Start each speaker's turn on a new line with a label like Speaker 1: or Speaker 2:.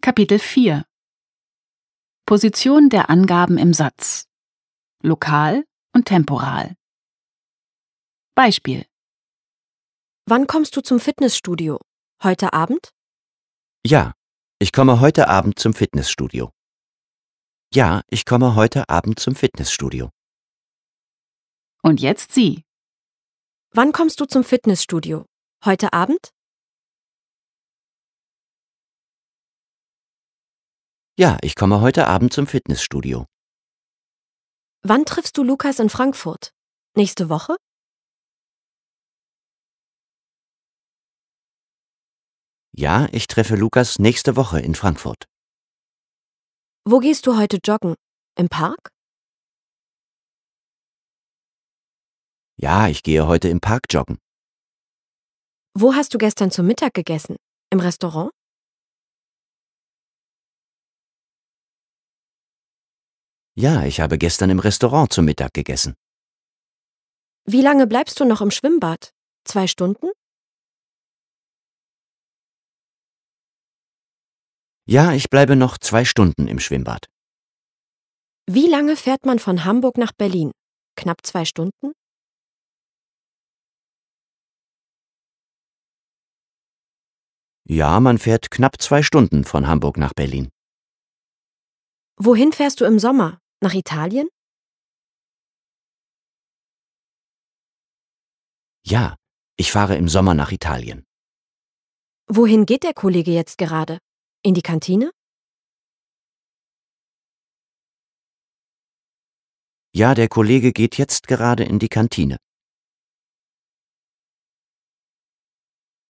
Speaker 1: Kapitel 4 Position der Angaben im Satz Lokal und temporal Beispiel
Speaker 2: Wann kommst du zum Fitnessstudio? Heute Abend?
Speaker 3: Ja, ich komme heute Abend zum Fitnessstudio. Ja, ich komme heute Abend zum Fitnessstudio.
Speaker 1: und jetzt Sie.
Speaker 2: Wann kommst du zum Fitnessstudio? Heute Abend?
Speaker 3: Ja, ich komme heute Abend zum Fitnessstudio.
Speaker 2: Wann triffst du Lukas in Frankfurt? Nächste Woche?
Speaker 3: Ja, ich treffe Lukas nächste Woche in Frankfurt.
Speaker 2: Wo gehst du heute joggen? Im Park?
Speaker 3: Ja, ich gehe heute im Park joggen.
Speaker 2: Wo hast du gestern zu Mittag gegessen? Im Restaurant?
Speaker 3: Ja, ich habe gestern im Restaurant zu Mittag gegessen.
Speaker 2: Wie lange bleibst du noch im Schwimmbad? Zwei Stunden?
Speaker 3: Ja, ich bleibe noch zwei Stunden im Schwimmbad.
Speaker 2: Wie lange fährt man von Hamburg nach Berlin? Knapp zwei Stunden?
Speaker 3: Ja, man fährt knapp zwei Stunden von Hamburg nach Berlin.
Speaker 2: Wohin fährst du im Sommer? Nach Italien?
Speaker 3: Ja, ich fahre im Sommer nach Italien.
Speaker 2: Wohin geht der Kollege jetzt gerade? In die Kantine?
Speaker 3: Ja, der Kollege geht jetzt gerade in die Kantine.